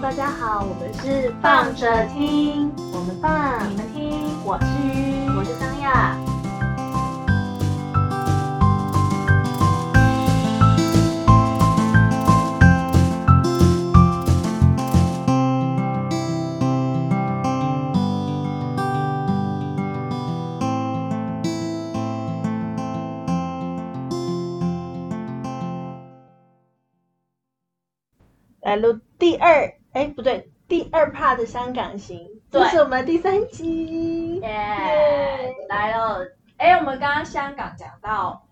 我们是放着听，我们放你们听。我是鱼，我是张亚，来录第二，哎，不对，第二 part 的香港行，这对是我们第三集。耶、来了。哎、我们刚刚香港讲到，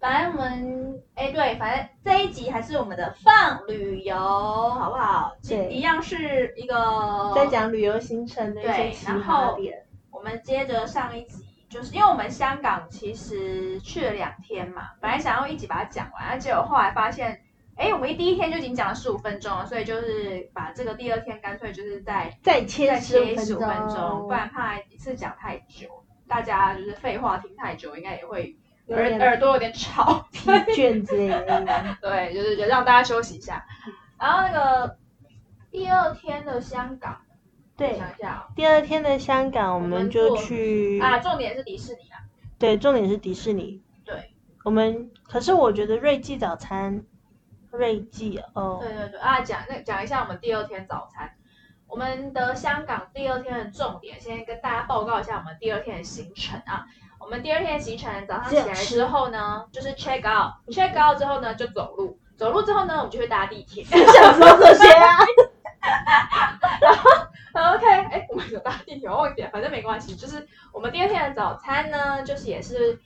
反正我们哎、对，反正这一集还是我们的放旅游，好不好？对一样是一个在讲旅游行程的一些对起然跑后点，我们接着上一集，就是因为我们香港其实去了两天嘛，本来想要一起把它讲完，而且我后来发现，哎，我们第一天就已经讲了十五分钟了，所以就是把这个第二天干脆就是再再切再十五切分十五钟，分钟，不然怕一次讲太久，大家就是废话听太久，应该也会有耳点 耳朵有点吵。疲倦之类 的。对，就是觉得让大家休息一下。然后那个第二天的香港，我对，想一下第二天的香港，我我们们就坐去哦啊，重点是迪士尼啊，对，重点是迪士尼。对，我们可是我觉得瑞记早餐，瑞记哦，对对对啊，讲那讲一下我们第二天早餐。我们的香港第二天的重点，先跟大家报告一下我们第二天的行程啊。我们第二天的行程，早上只起有来吃之后呢，就是 check out，check out 之后呢就走路，走路之后呢我们就去搭地铁。 想说这些啊， OK，哎，我们有搭地铁，我忘记了，反正没关系。就是我们第二天的早餐呢，就是也是，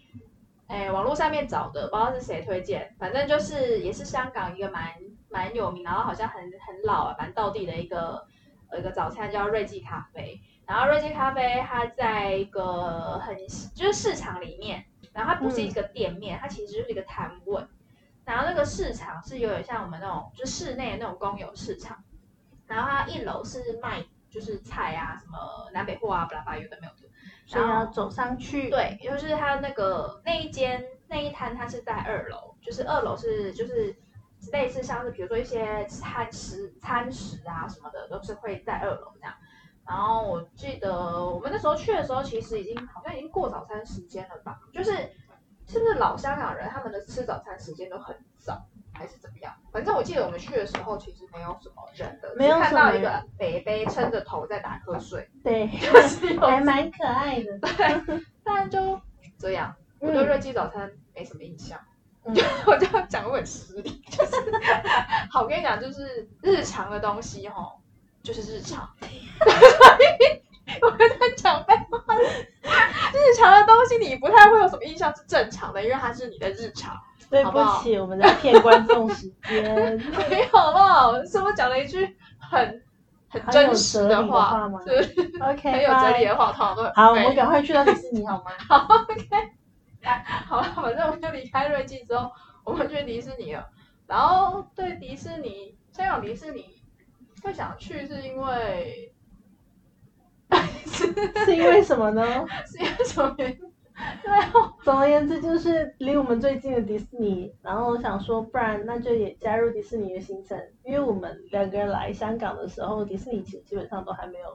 哎，网络上面找的，不知道是谁推荐，反正就是也是香港一个蛮蛮有名，然后好像很很老啊，蛮道地的一个呃一个早餐叫瑞记咖啡。然后瑞记咖啡它在一个很就是市场里面，然后它不是一个店面，它其实就是一个摊位。然后那个市场是有点像我们那种就室内的那种公有市场，然后它一楼是卖就是菜啊，什么南北货啊，巴拉巴拉有的没有的。所以然后要走上去。，对，就是它那个那一间那一摊，它是在二楼，就是二楼是就是类似像是比如说一些餐食餐食啊什么的，都是会在二楼这样。然后我记得我们那时候去的时候，其实已经好像已经过早餐时间了吧？就是是不是老香港人他们的吃早餐时间都很早，还是怎么样？反正我记得我们去的时候，其实没有什么人的，只没有看什到么一个人北北撑着头在打 瞌睡，对，就是有还蛮可爱的。但就这样，我对嗯热鸡早餐没什么印象，嗯我就 讲得我很失礼，就是好，我跟你讲，就是日常的东西吼，就是日常，所以我在讲废话，日常的东西你不太会有什么印象是正常的，因为它是你的日常，对好不不好起，我们在骗观众时间。没有好不好？是不是讲了一句很 很很有真哲实理的话话吗，就是 OK，很有哲拜。理的话，通常都很好，我废们赶快去到迪士尼好吗？ 好了，反正我们就离开瑞记之后，我们去迪士尼了。然后对迪士尼，香港迪士尼会想去，是因为 是是因为什么呢？是因为什么原因？对，总而言之，就是离我们最近的迪士尼。然后我想说，不然那就也加入迪士尼的行程，因为我们两个人来香港的时候，迪士尼其实基本上都还没有，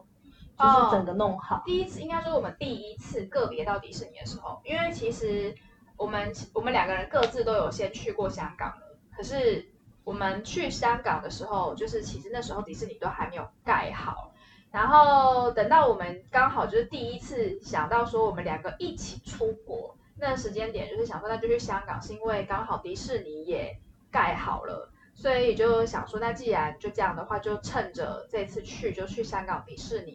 哦就是整个弄好。第一次应该说我们第一次个别到迪士尼的时候，因为其实我们我们两个人各自都有先去过香港了，可是我们去香港的时候，就是其实那时候迪士尼都还没有盖好，然后等到我们刚好就是第一次想到说我们两个一起出国，那时间点就是想说那就去香港，是因为刚好迪士尼也盖好了。所以就想说，那既然就这样的话，就趁着这次去，就去香港迪士尼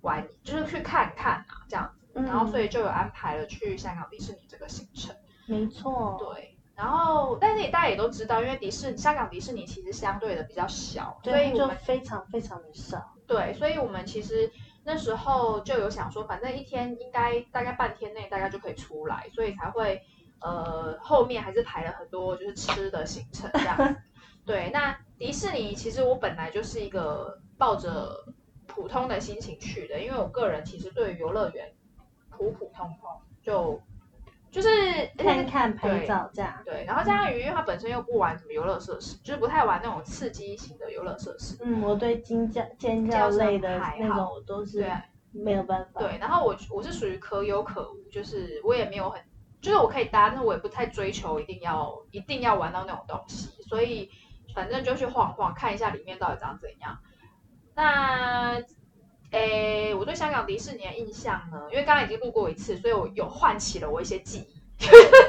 玩，就是去看看啊，这样子。嗯然后所以就有安排了去香港迪士尼这个行程。嗯没错，对，然后但是也大家也都知道，因为迪士香港迪士尼其实相对的比较小，所以对，我就们非常非常的少。对，所以我们其实那时候就有想说，反正一天应该大概半天内大概就可以出来，所以才会呃后面还是排了很多就是吃的行程这样子。对，那迪士尼其实我本来就是一个抱着普通的心情去的，因为我个人其实对于游乐园普普通通，就就是看看拍对照这样。对，然后加上鱼，因为它本身又不玩什么游乐设施，就是不太玩那种刺激型的游乐设施。嗯，我对尖叫尖叫叫声类的还那好种我都是对啊没有办法。对，然后我我是属于可有可无，就是我也没有很，就是我可以搭，但是我也不太追求一定要一定要玩到那种东西，所以反正就去晃晃，看一下里面到底长怎样。那诶，我对香港迪士尼的印象呢，因为刚刚已经路过一次，所以我有唤起了我一些记忆，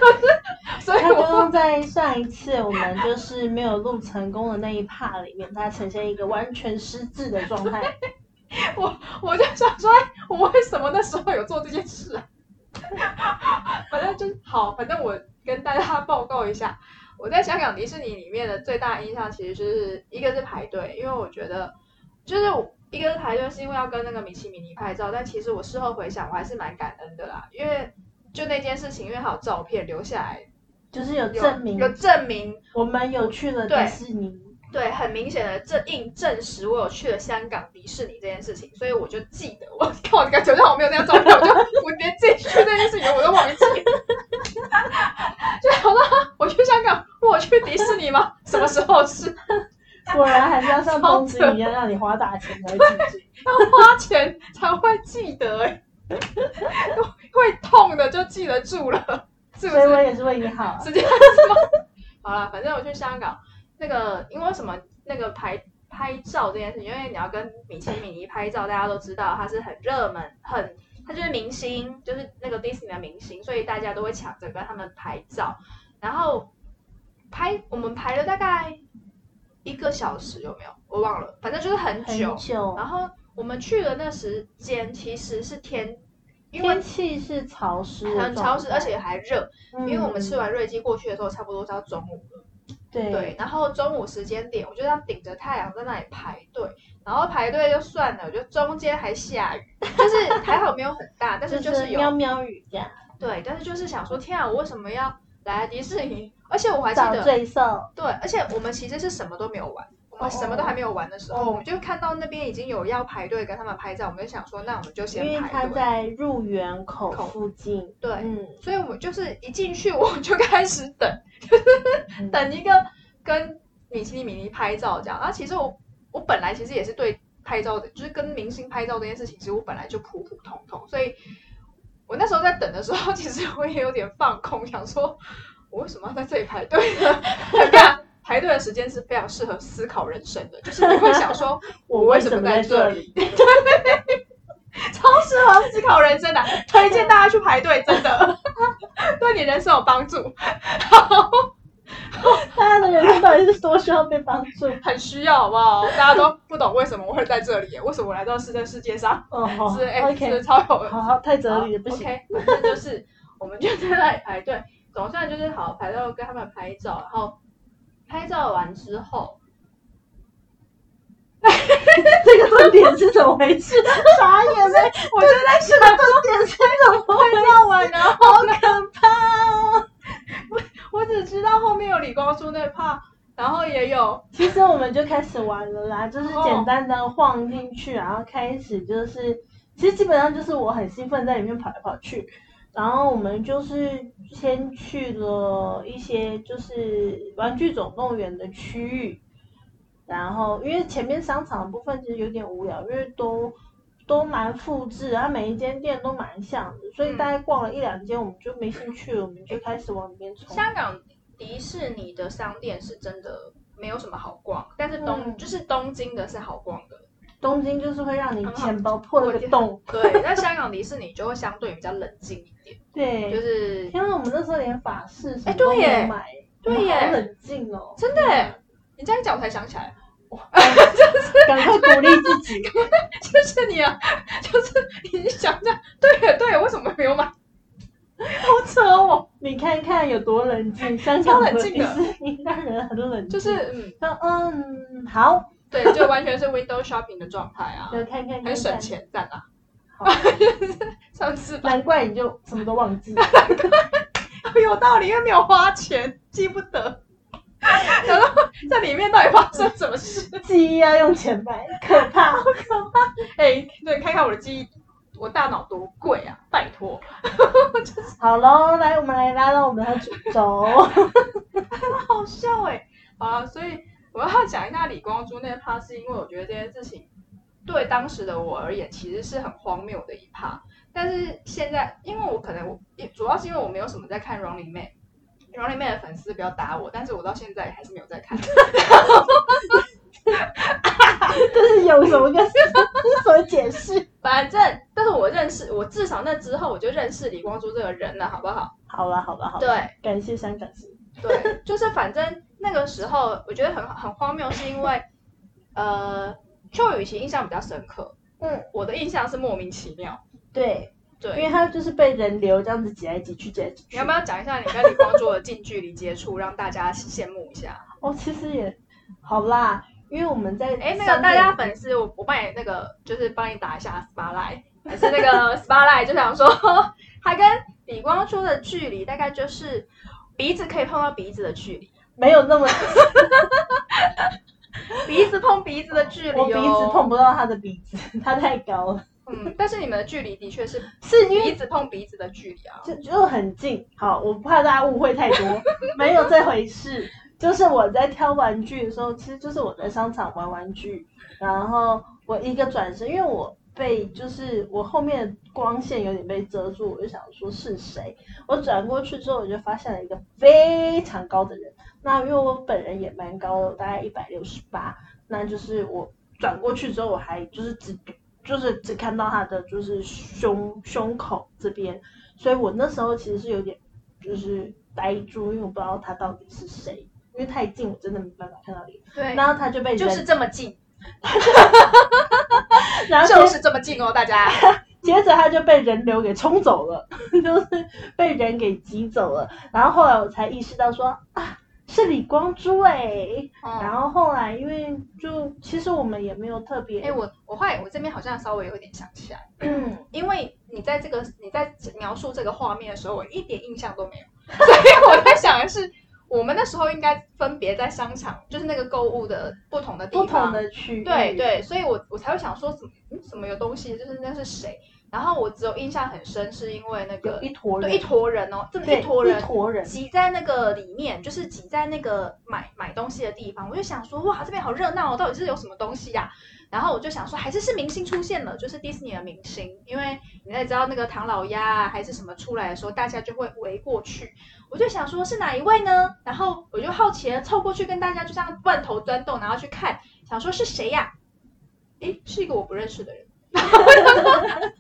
所以他刚我刚在上一次我们就是没有录成功的那一 part 里面，他呈现一个完全失智的状态。我就想说，哎我为什么那时候有做这件事啊？ 反正就是好，反正我跟大家报告一下，我在香港迪士尼里面的最大印象其实就是一个是排队，因为我觉得就是我一个是排队是因为要跟那个米奇米妮拍照，但其实我事后回想我还是蛮感恩的啦，因为就那件事情，因为还有照片留下来，就是有有证明有证明，我们有去了对迪士尼，对，很明显的这印证实我有去了香港迪士尼这件事情，所以我就记得，我 靠，你感觉像我没有那张照片，我就我连自己去那件事情我都忘记了， 就想说我去香港，我去迪士尼吗？什么时候是果然还是要像超公子扯一样让你花大钱才会 记住。要花钱才会记得、欸？ 会痛的就记得住了，是不所以是？我也是为你好啊。是这样子吗？好啦，反正我去香港，那个因为什么那个拍拍照这件事情，因为你要跟米奇米妮拍照，大家都知道他是很热门，很他就是明星，就是那个 Disney 的明星，所以大家都会抢着跟他们拍照。然后拍我们排了大概一个小时有没有？我忘了，反正就是很久。很久，然后我们去的那时间其实是天，因为天气是潮湿，很潮湿，而且还热。因为我们吃完，完瑞鸡过去的时候，差不多是要中午了。嗯对，对，然后中午时间点，我就这样顶着太阳在那里排队，然后排队就算了，我觉得中间还下雨，就是 还好没有很大，但是就是是有喵喵雨这样，对，但是就是想说，天啊，我为什么要来迪士尼？而且我还记找得，罪受，对，而且我们其实是什么都没有玩，我们什么都哦还没有玩的时候，我们就看到那边已经有要排队跟他们拍照，我们就想说，那我们就因先为排它队。在入园口口附近，对， 嗯，所以我就是一进去我就开始等。嗯等一个跟米奇米妮拍照这样。然后其实我我本来其实也是对拍照的，就是跟明星拍照这件事情，其实我本来就普普通通，所以我那时候在等的时候，其实我也有点放空，想说我为什么要在这里排队呢？很尬 排队的时间是非常适合思考人生的，就是你会想说， 我为什么在这里？ 对，超适合思考人生的，推荐大家去排队，真的 对你人生有帮助。大家的人生到底是多需要被帮助？很需要，好不好？大家都不懂为什么我会在这里，为什么我来到是这世界上，哦是哎、是不，OK，是超有好好，太哲理了，不行。 OK，反正就是我们就在那里排队，总算就是好排到跟他们拍照，然后拍照完之后， 这个重点是怎么回事？ 傻眼嘞！我就在这个重点是怎么回事？照完，然后好可怕、哦！我只知道后面有李光洙那怕，然后也有其实我们就开始玩了啦，就是简单的晃进去，然后开始就是，其实基本上就是我很兴奋在里面跑来跑去，然后我们就是先去了一些就是玩具总动员的区域，然后因为前面商场的部分其实有点无聊，因为都都蛮复制，然后每一间店都蛮像的，所以大概逛了一两间我们就没兴趣了，我们就开始往里面冲。香港迪士尼的商店是真的没有什么好逛，但是东、嗯就是东京的是好逛 的。东京就是会让你钱包破了个洞，对，但香港迪士尼就会相对比较冷静一点，对，就是天啊，我们那时候连法式什哎么都对没耶有买，对我们耶好冷静 哦，真的耶，你这样一讲我才想起来， 赶快鼓励自己，就是你啊， 就是你一想这样，对耶对耶，为什么没有买？ 好扯哦，你看看有多冷静，香超港冷的静迪的士尼让人很冷静，就是嗯，说嗯好，对，就完全是 window shopping 的状态啊，就看看看很省看，钱，赞啊好！上次吧，难怪你就什么都忘记了， 有道理，因为没有花钱，记不得。 然后在里面到底发生什么事？ 记忆要用钱买，可怕。哎，对，看看我的记忆我大脑多贵啊，拜托。好喽，来，我们来拉到我们的主轴。 好笑哎、好啊，所以我要讲一下李光洙那一趴，是因为我觉得这件事情对当时的我而言其实是很荒谬的一趴。但是现在，因为我可能我主要是因为我没有什么在看 Running Man。Running Man 的粉丝不要打我，但是我到现在还是没有在看。这是有什么个这是什么解释？反正，但是我认识，我至少那之后我就认识李光洙这个人了，好不好？好了好了好了，对，感谢香港新闻。对，就是反正那个时候我觉得很很荒谬，是因为呃，邱雨晴印象比较深刻，嗯，我的印象是莫名其妙。对，因对，为他就是被人流这样子挤来挤去，挤来挤去。你要不要讲一下你跟李光洙的近距离接触，让大家羡慕一下？哦，其实也好啦，因为我们在哎，那商个业大家粉丝，我我帮你那个就是帮你打一下 spotlight，还是那个 spotlight 就想说，他跟李光洙的距离大概就是鼻子可以碰到鼻子的距离，没有那么，鼻子碰鼻子的距离、哦，我鼻子碰不到他的鼻子， 他太高了，嗯，但是你们的距离的确是是因为 鼻子碰鼻子的距离啊。就就很近。好，我怕大家误会太多，没有这回事。就是我在挑玩具的时候，其实就是我在商场玩玩具，然后我一个转身，因为我被就是我后面的光线有点被遮住，我就想说是谁。我转过去之后，我就发现了一个非常高的人。那因为我本人也蛮高的，我大概一百六十八，那就是我转过去之后，我还就是只就是只看到他的就是胸胸口这边，所以我那时候其实是有点就是呆住，因为我不知道他到底是谁，因为太近，我真的没办法看到脸。对然后他就被人就是这么近，然后就是这么近哦，大家。接着他就被人流给冲走了， 就是被人给挤走了。然后后来我才意识到说啊，是李光洙哎、然后嗯，后来因为就其实我们也没有特别，哎，我我后来我这边好像稍微有点想起来，嗯因为你在这个你在描述这个画面的时候，我一点印象都没有， 所以我在想的是，我们那时候应该分别在商场，就是那个购物的不同的地不方，同的区域，对对，所以我我才会想说怎么嗯怎么有东西，就是那是谁？然后我只有印象很深，是因为那有个一坨人，对一坨人哦，这么对一坨人一坨人，挤在那个里面，就是挤在那个买买东西的地方，我就想说，哇，这边好热闹哦，到底是有什么东西呀、然后我就想说，还是是明星出现了，就是迪士尼的明星，因为你也知道那个唐老鸭啊还是什么出来的时候，大家就会围过去。我就想说，是哪一位呢？然后我就好奇的凑过去，跟大家就这样万头钻动，然后去看，想说是谁呀、诶，是一个我不认识的人。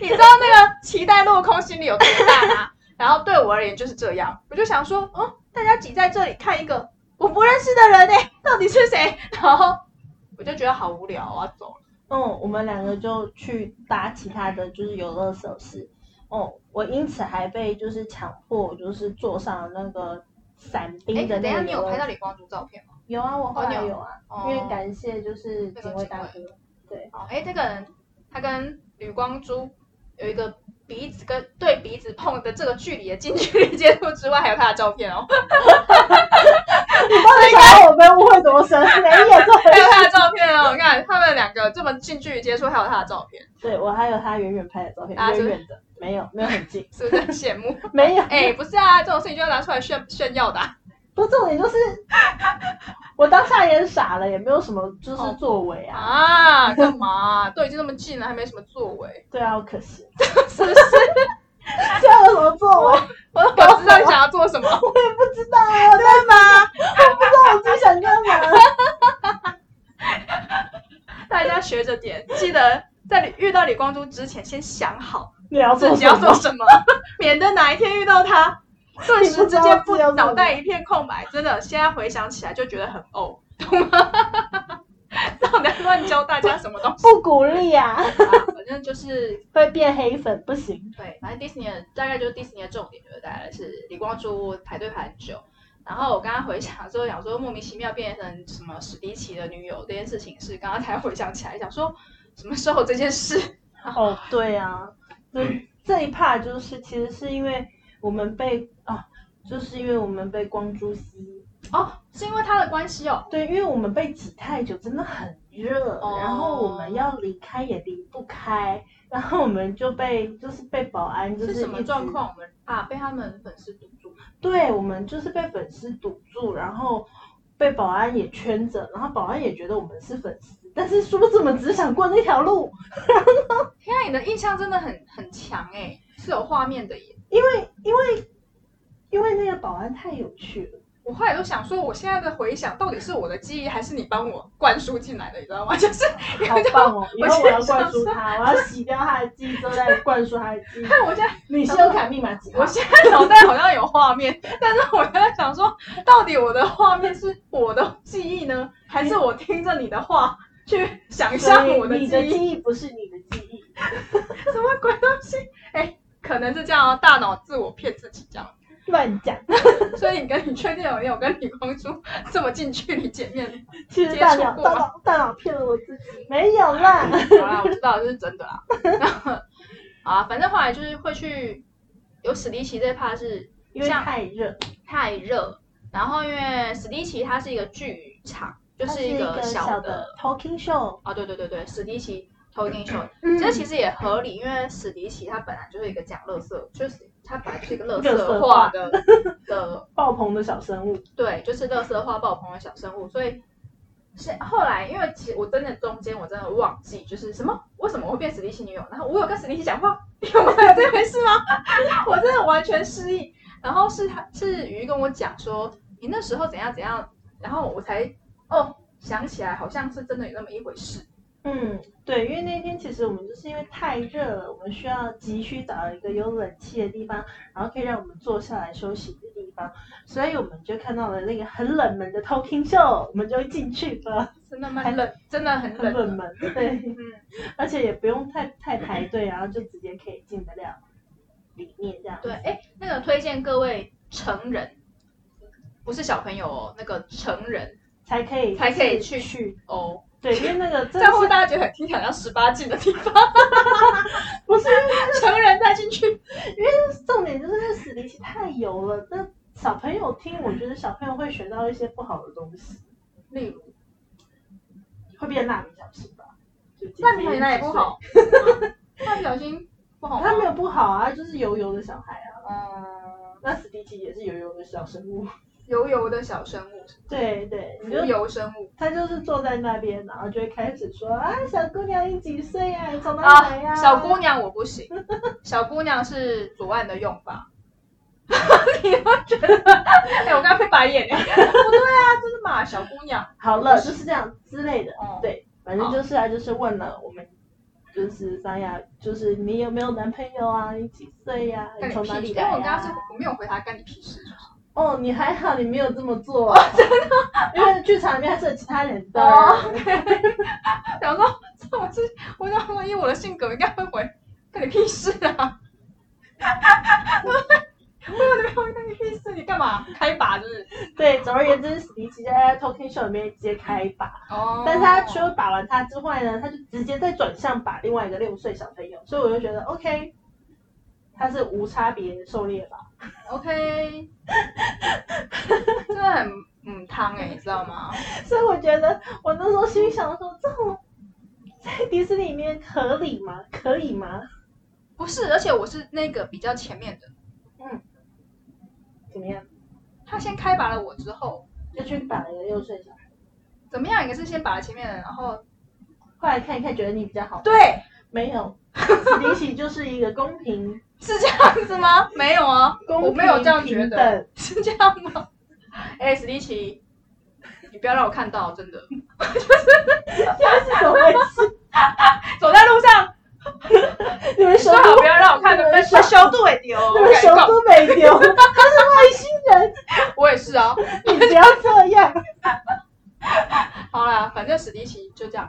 你知道那个期待落空心里有多大吗？然后对我而言就是这样，我就想说，嗯，大家挤在这里看一个我不认识的人呢、欸到底是谁？然后我就觉得好无聊啊，走了。嗯，我们两个就去搭其他的就是游乐设施。哦、我因此还被就是强迫就是坐上了那个伞哎，兵的等那一下个你游有乐设拍到施。李光洙照片吗？有啊，我后哦来你有有啊，哦因为感谢就是警卫大哥。对，哦，哎，这个人他跟吕光洙有一个鼻子跟对鼻子碰的这个距离的近距离接触之外，还有他的照 片哦，你到底想啊要我被误会多深？没有这回还有事。他的照片哦，你看他们两个这么近距离接触，还有他的照片， 对我还有他远远拍的照片，啊远是远的，没有没有很近，是不是很羡慕？ 没有。哎、不是啊，这种事情就要拿出来炫炫耀的啊、不，重点就是我当下也傻了，也没有什么就是哦作为啊。 啊，干嘛、都已经那么近了，还没什么作为， 对啊，好可惜， 是不是？这样有什么作为？我都不知道你想要做什么。我也不知道啊，对吗？我不知道我自己想干嘛。 大家学着点，记得在你遇到李光洙之前，先想好 你要 自做己什要做么？什么， 免得哪一天遇到 他，顿时之间不脑袋一片空白。真的，现在回想起来就觉得很呕，懂吗？ 到底在乱教大家什么东西？不鼓励啊， 啊反正就是会变黑粉，不行。对，反正迪士尼的大概就是迪士尼的重点，就是大概是李光洙排队排很久。然后我刚刚回想之后，想说莫名其妙变成什么史迪奇的女友这件事情，是刚刚才回想起来，想说什么时候这件事？ 哦，对啊，就这一趴就是其实是因为我们被啊，就是因为我们被光洙吸哦，是因为它的关系哦。对，因为我们被挤太久，真的很热，哦然后我们要离开也离不开，然后我们就被就是被保安就是是什么一直状？况？我们啊，被他们粉丝堵住。对，我们就是被粉丝堵住，然后被保安也圈着，然后保安也觉得我们是粉丝，但是说怎么只想过那条路？天啊，你的印象真的很很强哎、是有画面的耶。因为因为因为那个保安太有趣了，我后来都想说，我现在的回想到底是我的记忆，还是你帮我灌输进来的，你知道吗？ 就是好棒 哦！以我后我要就想灌输说他，我要洗掉他的记忆之后再灌输他的记忆。看我现在，你信用卡密码几号我？现在脑袋好像有画面，但是我在想说，到底我的画面是我的记忆呢，还是我听着你的话去想象我所的以记你的忆？记忆不是你的记忆。 什么鬼东西？哎，可能是这样、哦，大脑自我骗自己这样。乱讲。所以你跟你确定有没有跟李光洙这么近距离见面？其实大接触脑过大脑大脑骗了我自己，没有啦。 好啦，我知道这是真的啦。 然后啊，反正后来就是会去有史迪奇这一趴是因为像太热，太热，然后因为史迪奇它是一个剧场，就它是一个小的 talking show。啊、对对对对，史迪奇 talking show，嗯这其实也合理，因为史迪奇他本来就是一个讲乐色，就是他本来就是一个乐垃圾色话化的的爆棚的小生物，对，就是垃圾化爆棚的小生物，所以是后来，因为其实我真的中间我真的忘记，就是什么为什么我会变史蒂奇女友，然后我有跟史蒂奇讲话，有没有这回事吗？ 我真的完全失忆。然后是他是鱼跟我讲说你那时候怎样怎样，然后我才哦想起来，好像是真的有那么一回事。嗯，对，因为那天其实我们就是因为太热了，我们需要急需找一个有冷气的地方，然后可以让我们坐下来休息的地方，所以我们就看到了那个很冷门的 talking show，我们就进去了，真的蛮冷，真的很很冷冷。门，对，嗯，而且也不用太太排队，然后就直接可以进得了里面这样。对，哎，那个推荐各位成人，不是小朋友哦，那个成人才可以才可以去去去。哦。 对，因为那个这真样会不会的大家觉得很听起来像十八禁的地 方？不是成人带进去，重点，就是那史迪奇太油了。那小朋友听，我觉得小朋友会学到一些不好的东西，例如会变蜡笔小新吧？就今蜡天笔小新哪里不好？蜡笔小新不好几岁？他吗没？有不好啊，就是油油的小孩啊。嗯，那史迪奇也是油油的小生 物。油油的小生物，对对，你浮就游生物他就是坐在那边，然后就会开始说啊，小姑娘你几岁呀、你从哪里来呀、啊，小姑娘我不 行，小姑娘是左岸的用法。 你会觉得？哎、我刚刚被白眼哎！不对啊，真的嘛，小姑娘。好了， 就是这样之类的。哦、对反正就是啊，就是问了我们，就是三亚，就是你有没有男朋友啊？你几岁呀、干你你从屁哪事！里因来、啊？为我刚刚是我没有回答干你屁事。哦，你还好，你没有这么 做，真的，因为剧场里面还是有其他人的。哦想说这我是我想说以我的性格应该会回干你屁事啊！我有没有干你屁事？你干嘛开把就是？对，总而言之，史迪奇在 Talking Show 里面直接开一把，哦但是他除了把完他之外呢，他就直接再转向把另外一个六岁小朋友，所以我就觉得 OK，他是无差别狩猎吧。 OK，真的很嗯汤哎、你知道吗？所以我觉得我那时候心里想说，这种在迪士尼里面合理吗？可以吗？不是，而且我是那个比较前面的，怎么样？他先开拔了我之后，就去打了一个六岁小孩，怎么样也是先拔了前面的，然后后来看一看，觉得你比较好。，对没有，史迪奇就是一个公平、是这样子吗？没有啊，公平 我没有这样觉平得。等。 是这样吗？哎、史蒂奇，你不要让我看到，真的。这是怎么回事？ 走在路上，你们手最好都不要让我看到，但是修度也你丢。我们跟你手讲，都没丢，他是外星人，我也是啊。 你不要这样。好啦，反正史蒂奇就这样，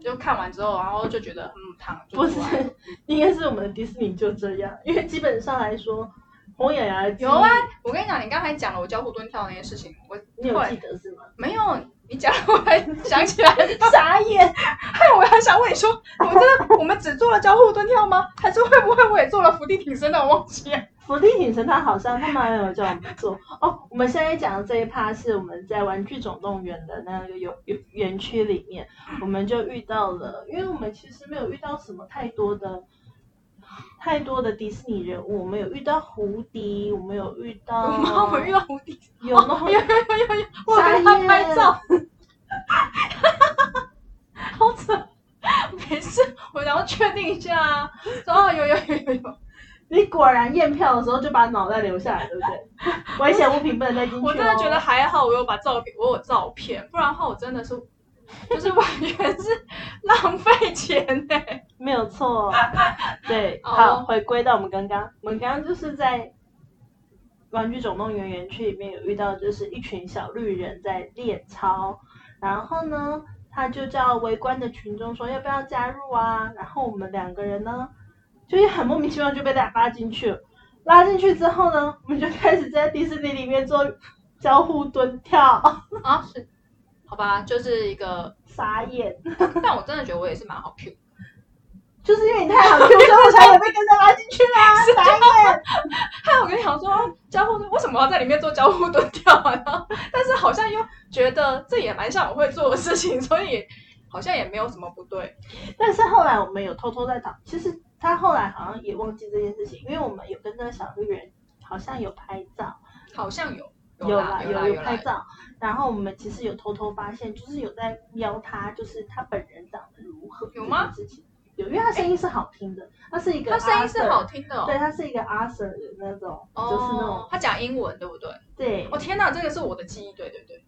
就看完之后，然后就觉得嗯，躺就不是出来了。，应该是我们的迪士尼就这样，因为基本上来说，红眼牙的记忆有啊，我跟你讲，你刚才讲了我交互蹲跳那些事情，我你有记得是吗？没有你讲了，我还想起来，傻眼，害 我还想问你说，我真的我们只做了交互蹲跳吗？还是会不会我也做了伏地挺身的？我忘记了。伏地挺身它好像他们有叫我们做哦。我们现在讲的这一趴是我们在玩具总动员的那个游游园区里面，我们就遇到了，因为我们其实没有遇到什么太多的太多的迪士尼人物，我们有遇到胡迪，我们有遇到然 后我们遇到蝴蝶，有那种有有有有有，我跟他拍照， 好扯，没事，我想要确定一下啊，然后有有有有有。你果然验票的时候就把脑袋留下来，对不 对？危险物品不能带进去、哦。我真的觉得还好，我有把照片，我有照片，不然的话我真的是，就是完全是浪费钱呢、没有 错。对，哦好，回归到我们刚刚，我们刚刚就是在玩具总动员园区里面有遇到，就是一群小绿人在猎超，然后呢，他就叫围观的群众说要不要加入啊？然后我们两个人呢，就是很莫名其妙就被拉拉进去了。拉进去之后呢，我们就开始在迪士尼里面做交互蹲跳，啊，是，好吧，就是一个，傻眼。但我真的觉得我也是蛮好 Q，就是因为你太好 Q，所以我才也被跟着拉进去 啊啦、傻眼。还有我跟你讲说，交互为什么要在里面做交互蹲跳啊？然后但是好像又觉得这也蛮像我会做的事情，所以好像也没有什么不对。但是后来我们有偷偷在讨，其实他后来好像也忘记这件事情，因为我们有跟那个小绿人好像有拍照，好像有，啦，啦有有有拍啦。照，然后我们其实有偷偷发现，就是有在瞄他，就是他本人长得如何有吗？这件事情有，因为他声音是好听的，他是一个他声音是 Arthur，好听的、哦，对，他是一个阿 Sir 的那种，哦，就是那种他讲英文对不对？对我、，哦天哪，这个是我的记忆，对对对。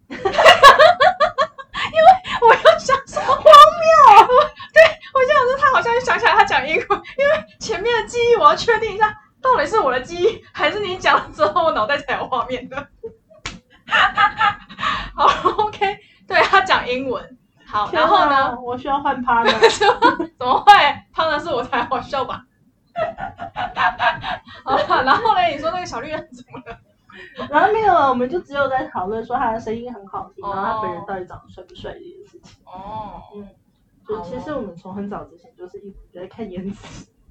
因为我又想说荒谬，对我就想说他好像想起来他讲英文，因为前面的记忆我要确定一下，到底是我的记忆还是你讲了之后我脑袋才有画面的。 好，OK，对他讲英文，好，然后天呢啊？，我需要换趴呢。怎么会？当然是我才好笑吧。 好了，然后嘞，你说那个小绿人怎么了？然后没有，啊我们就只有在讨论说他的声音很好听，哦然后他本人到底长得帅不帅这件事情。哦，就好其实我们从很早之前就是一直在看颜值，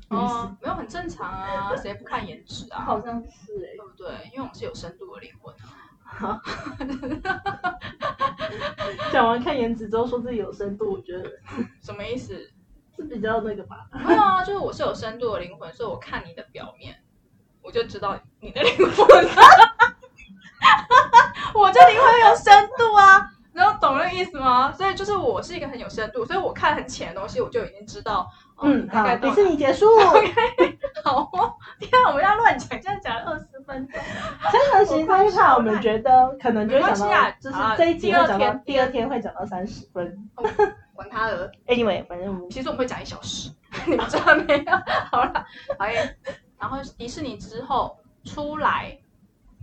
哦，没有很正常 啊，谁不看颜值啊？好像是哎、对不对？因为我们是有深度的灵魂啊。讲完看颜值之后说自己有深度，我觉得什么意思？是比较那个吧。没有啊，就是我是有深度的灵魂，所以我看你的表面，我就知道你的灵 魂了。我这灵魂有深度啊，你要懂那个意思吗？所以就是我是一个很有深度，所以我看很浅的东西，我就已经知道，哦嗯，大好，概迪到哪士尼结束。 好哦， 天啊，我们要乱讲，这样讲了二十分钟。这个时间差，我们觉得可能就会没关讲系到啊，就是啊这一集会讲到第二天第二天会讲到三十分。管他了， Anyway，反正我们其实我们会讲一小时， 你们知道没有？ 好了，好耶。然后迪士尼之后出来，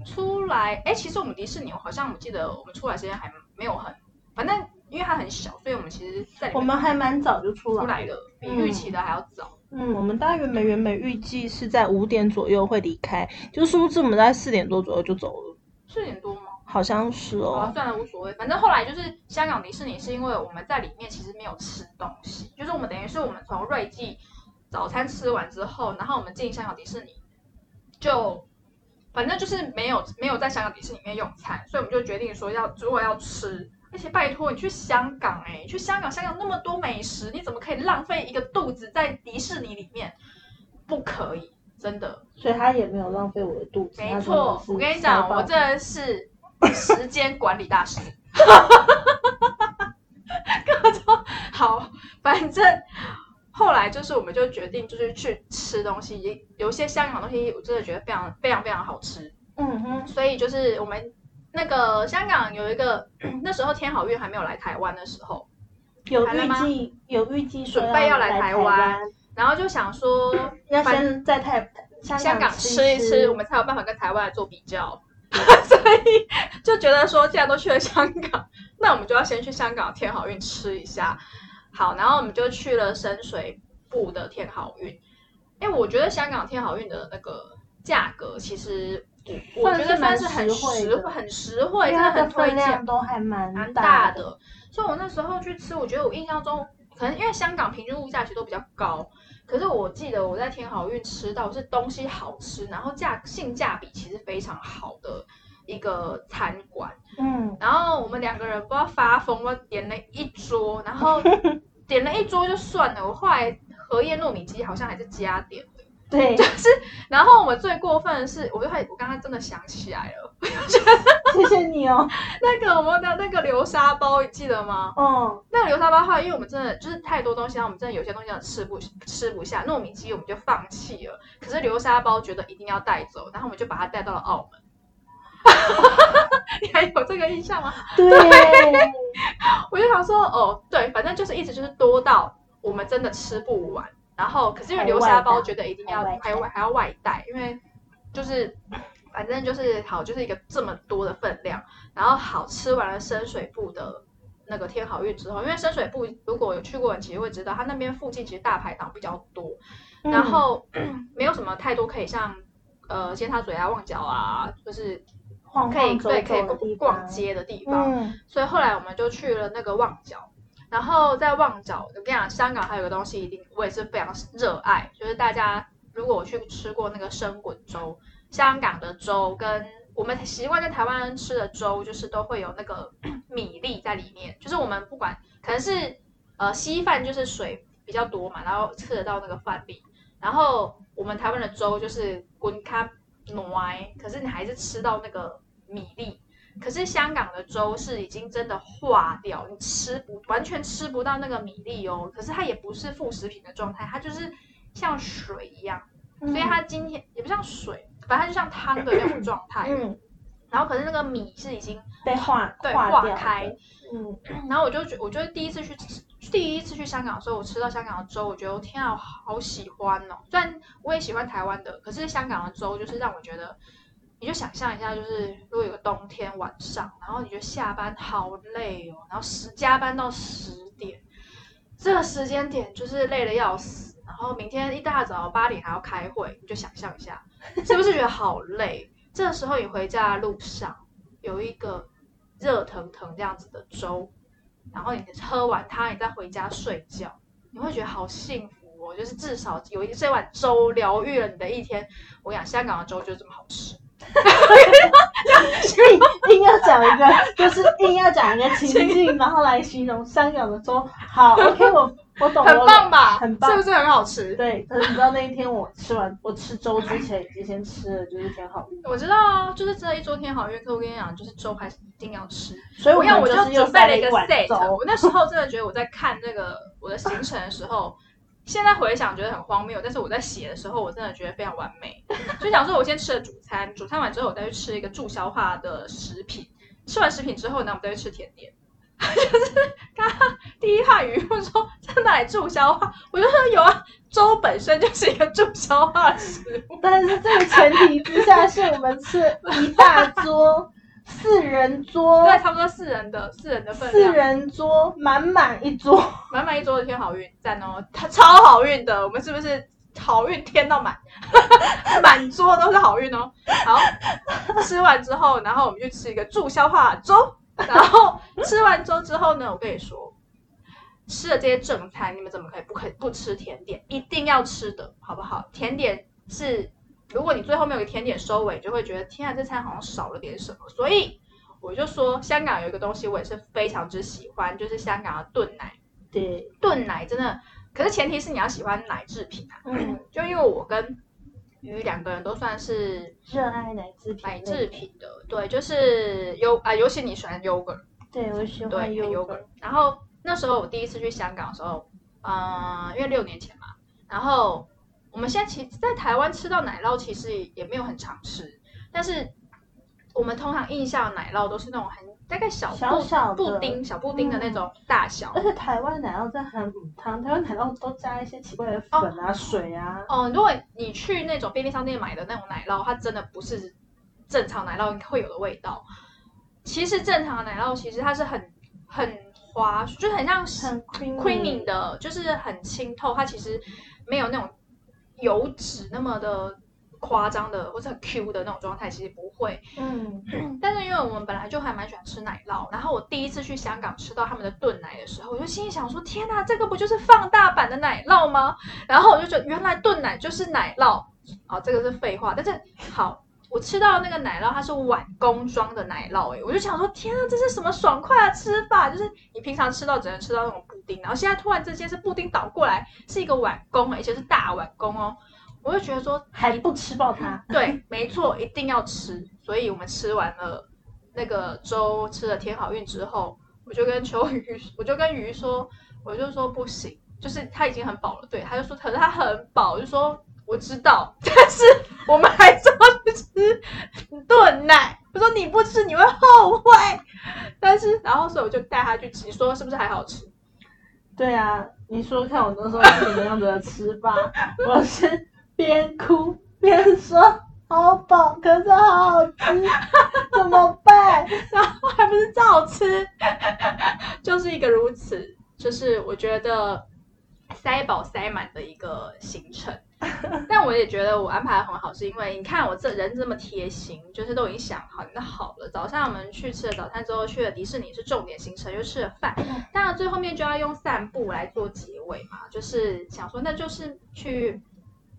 出来，哎，其实我们迪士尼，我好像我记得我们出来时间还没有很，反正因为它很小，所以我们其实在里我面们还蛮早就出出来。来的比预期的还要早。嗯，我们大约美原本预计是在五点左右会离开，就殊不知我们在四点多左右就走了，四点多吗？好像是好啊，哦。算了，无所谓。反正后来就是香港迪士尼，是因为我们在里面其实没有吃东西，就是我们等于是我们从瑞记早餐吃完之后，然后我们进香港迪士尼，就反正就是没有没有在香港迪士尼里面用餐，所以我们就决定说要如果要吃。而且拜托你去香港哎、你去香港，香港那么多美食，你怎么可以浪费一个肚子在迪士尼里面？不可以，真的。所以他也没有浪费我的肚子。没他错，真的是我跟你塞讲，爆我真的是时间管理大 师。各种好，反正后来就是我们就决定就是去吃东西，有一些香港东西我真的觉得非常非常非常好吃，嗯哼，所以就是我们那个香港有一个 那时候天好运还没有来台湾的时候，有来了预吗计有预计说准备要来来台湾，然后就想说要反先在台香港吃吃一吃，我们才有办法跟台湾来做比 较。所以就觉得说，既然都去了香港，那我们就要先去香港天好运吃一下。好，然后我们就去了深水埗的天好运。哎，我觉得香港天好运的那个价格，其实我我算觉是得算蛮是很实惠实的惠、很实因惠，为真的它啊很的推分荐量。都还蛮蛮大大。的。所以我那时候去吃，我觉得我印象中可能因为香港平均物价其实都比较高，可是我记得我在天好运吃到是东西好吃，然后价性价比其实非常好的一个餐馆。嗯，然后我们两个人不知道发疯了，点了一桌，然后点了一桌就算了。我后来荷叶糯米鸡好像还是加点，对，然后我最过分的是，我就还我刚刚真的想起来了，谢谢你哦。那个我们的那个流沙包，你记得吗？嗯，那个流沙包后来，因为我们真的就是太多东西，然后我们真的有些东西真的吃不吃不下，糯米鸡我们就放弃了。可是流沙包觉得一定要带走，然后我们就把它带到了澳门。 你还有这个印象吗？对，我就想说，哦，对，反正就是一直就是多到我们真的吃不完。然后，可是因为流沙包觉得一定要还还有外带还要外带，因为就是反正就是好，就是一个这么多的分量。然后好吃完了深水埗的那个天好运之后，因为深水埗如果有去过的人，其实会知道，它那边附近其实大排档比较多， 然后、 没有什么太多可以像呃尖沙咀啊、旺角啊，就是嗯晃可以晃走对可以走的地逛方，街的地方。嗯，所以后来我们就去了那个旺角，然后在旺角，我跟你讲，香港还有个东西一定我也是非常热爱，就是大家如果我去吃过那个生滚粥，香港的粥跟我们习惯在台湾吃的粥，就是都会有那个 米粒在里面，就是我们不管可能是呃稀饭就是水比较多嘛，然后吃得到那个饭粒，然后我们台湾的粥就是滚咖奶，可是你还是吃到那个米粒。可是香港的粥是已经真的化掉，你吃不完全吃不到那个米粒哦。可是它也不是副食品的状态，它就是像水一样，所所以它今天也不像水，反正它就像汤的那种状态。嗯然后可是那个米是已经被化对化化掉开的，嗯，然后我就觉，我就第一次去吃，第一次去香港的时候，我吃到香港的粥，我觉得天啊，我好喜欢哦！虽然我也喜欢台湾的，可是香港的粥就是让我觉得，你就想象一下，就是如果有个冬天晚上，然后你就下班好累哦，然后十加班到十点，这个时间点就是累得要死，然后明天一大早八点还要开会，你就想象一下，是不是觉得好累？这时候你回家的路上有一个热腾腾这样子的粥，然后你喝完它，你再回家睡觉，你会觉得好幸福哦！就是至少有一这碗粥疗愈了你的一天。我跟你讲香港的粥就是这么好吃，硬硬要讲一 个，就是硬要讲一个情境，然后来形容香港的粥。 好，OK，我我懂，很我懂。棒吧？很棒是不是很好吃？对，可是你知道那一天我吃完，我吃粥之前已经先吃了，就是挺好运，我知道啊，就是这一桌天好月客，我跟你讲，就是粥还是一定要吃。所以我要们我就是又准备塞了了一个碗 set。粥。我那时候真的觉得我在看那个我的行程的时候，现在回想觉得很荒谬，但是我在写的时候，我真的觉得非常完美。就想说，我先吃了主餐，主餐完之后，我再去吃一个助消化的食品。吃完食品之后呢，我们再去吃甜点。 就是刚刚第一汉语我说在哪里助消化，我就说有啊，粥本身就是一个助消化的食物。但是这个前提之下，是我们吃一大桌四人 桌，对，差不多四人的四人的分四量，人桌满满一桌。满满一桌的天好运，赞哦！他超好运的，我们是不是好运添到满， 满桌都是好运哦？好，吃完之后，然后我们去吃一个助消化的粥，然后吃完粥之后呢，我跟你说，吃了这些正餐，你们怎么可以不可以不吃甜点？一定要吃的，好不好？甜点是，如果你最后面有个甜点收尾，就会觉得天啊，这餐好像少了点什么，所以。我就说，香港有一个东西我也是非常之喜欢，就是香港的炖奶。对，炖奶真的，可是前提是你要喜欢奶制品啊。嗯，就因为我跟鱼两个人都算是热爱奶制品。奶制。品的，对，就是优啊，尤其你喜欢 yogurt，对，我喜对欢，yogurt。然后那时候我第一次去香港的时候，嗯、因为六年前嘛，然后我们现在其实在台湾吃到奶酪其实也没有很常吃，但是我们通常印象的奶酪都是那种很大概小布小小的嗯布丁、小布丁的那种大小，而且台湾奶酪真的很母汤，台湾奶酪都加一些奇怪的粉啊、水啊。哦，如果你去那种便利商店买的那种奶酪，它真的不是正常奶酪会有的味道。其实正常的奶酪其实它是很很滑，就很像很 creamy creaming 的，就是很清透，它其实没有那种油脂那么的夸张的或者很 Q 的那种状态，其实不会。嗯但是因为我们本来就还蛮喜欢吃奶酪，然后我第一次去香港吃到他们的炖奶的时候，我就心里想说：天呐，这个不就是放大版的奶酪吗？然后我就觉得原来炖奶就是奶酪，好，这个是废话。但是好，我吃到那个奶酪，它是碗公装的奶酪、欸，哎，我就想说：天啊，这是什么爽快的吃法？就是你平常吃到只能吃到那种布丁，然后现在突然之间是布丁倒过来，是一个碗公，欸而且是大碗公哦。我就觉得说，还不吃爆它。对，没错，一定要吃。所以我们吃完了那个粥，吃了天好运之后，我就跟秋雨，我就跟鱼说，我就说不行，就是他已经很饱了，对，他就说，可是他很饱，我就说我知道， 但是我们还是要去吃炖奶。我说你不吃你会后悔，但是然后所以我就带他去吃，你说是不是还好吃？ 对啊，你说看我那时候是怎么样子的吃法？ 我是边哭边说好饱，可是好好吃， 怎么办？然后还不是照吃， 就是一个如此，就是我觉得塞饱塞满的一个行程。但我也觉得我安排的很好，是因为你看我这人这么贴心，就是都已经想好，那好了，早上我们去吃了早餐之后，去了迪士尼是重点行程，又吃了饭，当然最后面就要用散步来做结尾嘛，就是想说那就是去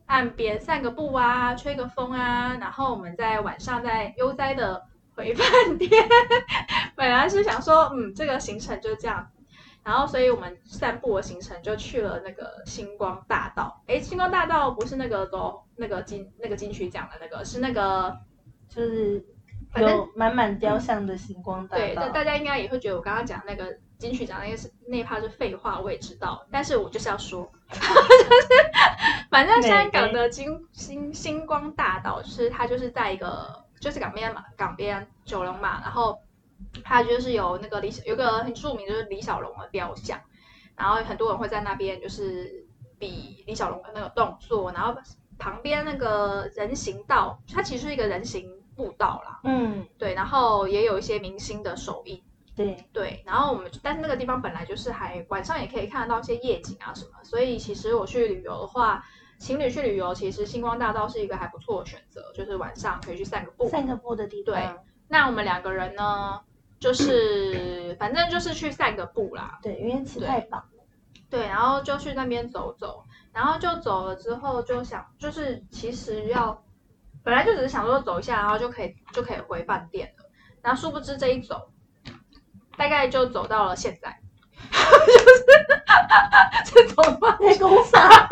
岸边散个步啊，吹个风啊，然后我们在晚上再悠哉的回饭店。本来是想说，嗯，这个行程就这样然后，所以我们散步的行程就去了那个星光大道。诶，星光大道不是那个都那个金那个金曲奖的那个，是那个就是反正有满满雕像的星光大对，道但。大家应该也会觉得我刚刚讲那个金曲奖那个是那一趴是废话，我也知道，但是我就是要说， 就是反正香港的金星星光大道，就是它就是在一个就是港边嘛，港边九龙嘛，然后它就是有那个李小有个很著名就是李小龙的雕像，然后很多人会在那边就是比李小龙的那个动作，然后旁边那个人行道，它其实是一个人行步道啦。嗯，对，然后也有一些明星的手艺，对，对，然后我们就但是那个地方本来就是还晚上也可以看得到一些夜景啊什么，所以其实我去旅游的话，情侣去旅游，其实星光大道是一个还不错的选择，就是晚上可以去散个步。散个步的地方。那我们两个人呢，就是反正就是去散个步啦，对，因为吃太饱。对，然后就去那边走走，然后就走了之后就想，就是其实要本来就只是想说走一下，然后就可以就可以回饭店了，然后殊不知这一走，大概就走到了现在， 就是 这种吗？那公傻，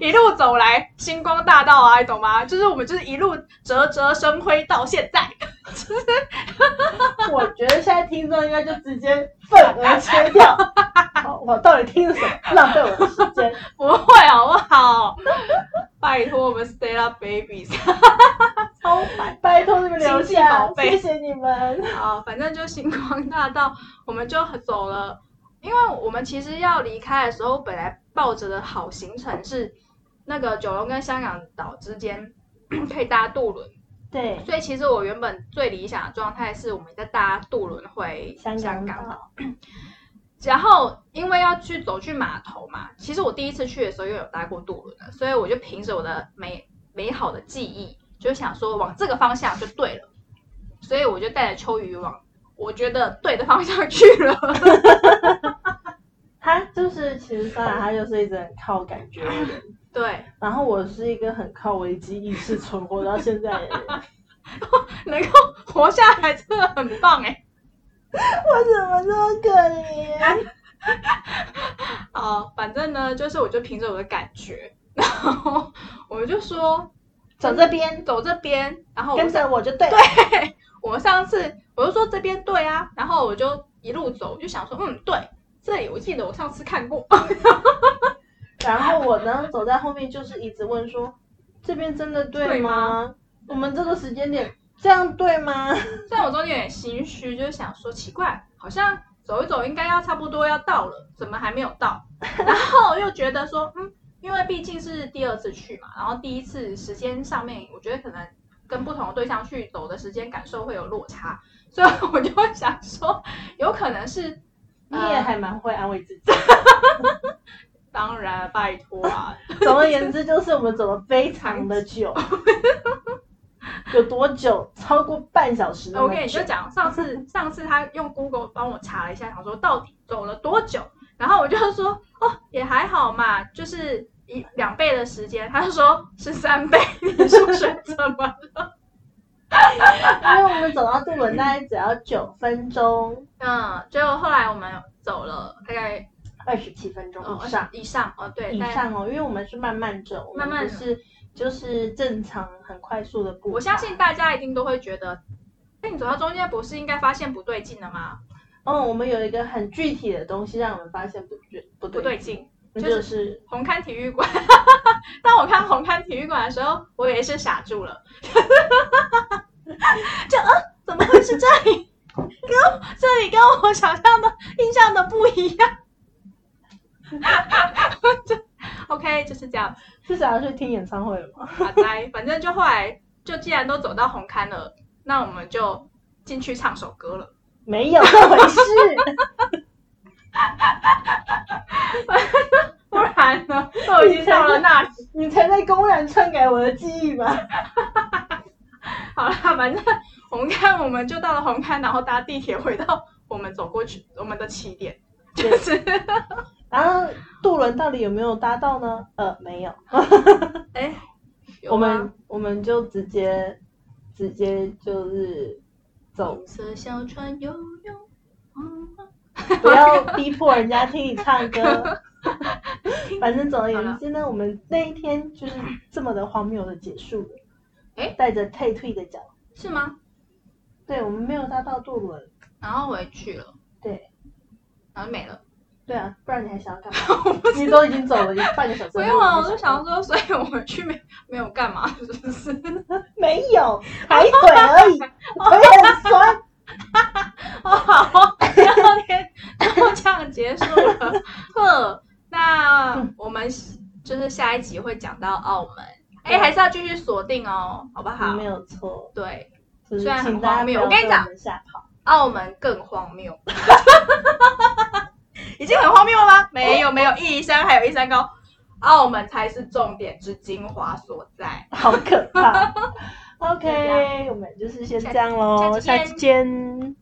一路走来星光大道啊，你懂吗？就是我们就是一路折折生辉到现在， 我觉得现在听众应该就直接愤而切 掉。哦我到底听了什么？浪费我的时间。不会好不好？ 拜托我们 Stella Babies。超烦，拜托你们留经济宝下，贝谢谢你们。好，呃反正就星光大道，我们就走了。因为我们其实要离开的时候，本来抱着的好行程是那个九龙跟香港岛之间可以搭渡轮，对，所以其实我原本最理想的状态是我们在搭渡轮回香香港港岛。岛，然后因为要去走去码头嘛，其实我第一次去的时候又有搭过渡轮的，所以我就凭着我的美美好的记忆，就想说往这个方向就对了，所以我就带着秋鱼往我觉得对的方向去了。 他就是其实当然他就是一直很靠感 觉的人，对，然后我是一个很靠危机意识存活到现在的 人，能够活下来真的很棒哎。我怎么这么可怜？啊，反正呢，就是我就凭着我的感觉，然后我就说走这边，走这边，然后我跟们哦着我就对了。我上次我就说这边对啊，然后我就一路走，我就想说嗯对，这里我记得我上次看过， 然后我呢走在后面就是一直问说，这边真的对对吗？我们这个时间点这样对吗？虽然我中间有点心虚，就是想说奇怪，好像走一走应该要差不多要到了，怎么还没有到？ 然后又觉得说嗯，因为毕竟是第二次去嘛，然后第一次时间上面，我觉得可能跟不同的对象去走的时间感受会有落差，所以我就会想说，有可能是你呃也还蛮会安慰自己。当然，拜托啊，总而言之，就是我们走了非常的 久，有多久？超过半小时那我么久。跟你就讲，上次上次他用 Google 帮我查了一下，想说到底走了多久，然后我就说哦也还好嘛，就是一两倍的时间，他就说是三倍，你数学怎么？因为我们走到杜伦大概只要九分钟， 嗯，结果后来我们走了大概二十七分钟哦以上、以上哦，对，以大概上哦，因为我们是慢慢走，慢慢我们不是就是正常很快速的步伐。我相信大家一定都会觉得，那你走到中间不是应该发现不对劲了吗？嗯，我们有一个很具体的东西让我们发现不对不不对对劲，那就是就是红磡体育馆。 当我看红磡体育馆的时候，我也是傻住了， 就呃，怎么会是这里？跟我这里跟我想象的、印象的不一样。 就 OK，就是这样。啊是想要去听演唱会吗？好呆，反正就后来就既然都走到红磡了，那我们就进去唱首歌了。没有这回事，不然呢？都已经到了那里，你才在公然篡改我的记忆吧？好了，反正我们看，我们就到了红磡，然后搭地铁回到我们走过去我们的起点，就是 然后渡轮到底有没有搭到呢？呃，没有，哎，有我吗们我们就直接直接就是走红，色小船游泳，嗯不要逼迫人家听你唱 歌。反正总而言之呢，我们那一天就是这么的荒谬的结束了。诶带着退退的脚，是吗？对我们没有搭到渡轮，然后我也去了，对然后没了，对啊，不然你还想要干 嘛？你都已经走了，你半个小时都没没有有啊，干嘛。我就想说，所以我们去没没有干嘛，是不是？ 没啊有，抬腿而已，腿很 酸。哦， 好，聊天就这样结束了。呵，那嗯我们就是下一集会讲到澳门，哎，还是要继续锁定哦，好不好没？有错，对，就是虽然很请大家荒不谬要我跟你讲被们吓跑。澳门更荒谬， 已经很荒谬了吗？没有，没有，一山还有一山高，澳门才是重点之精华所在。好可怕。 就这 OK，我们就是先这样啊下喽，下下期期见。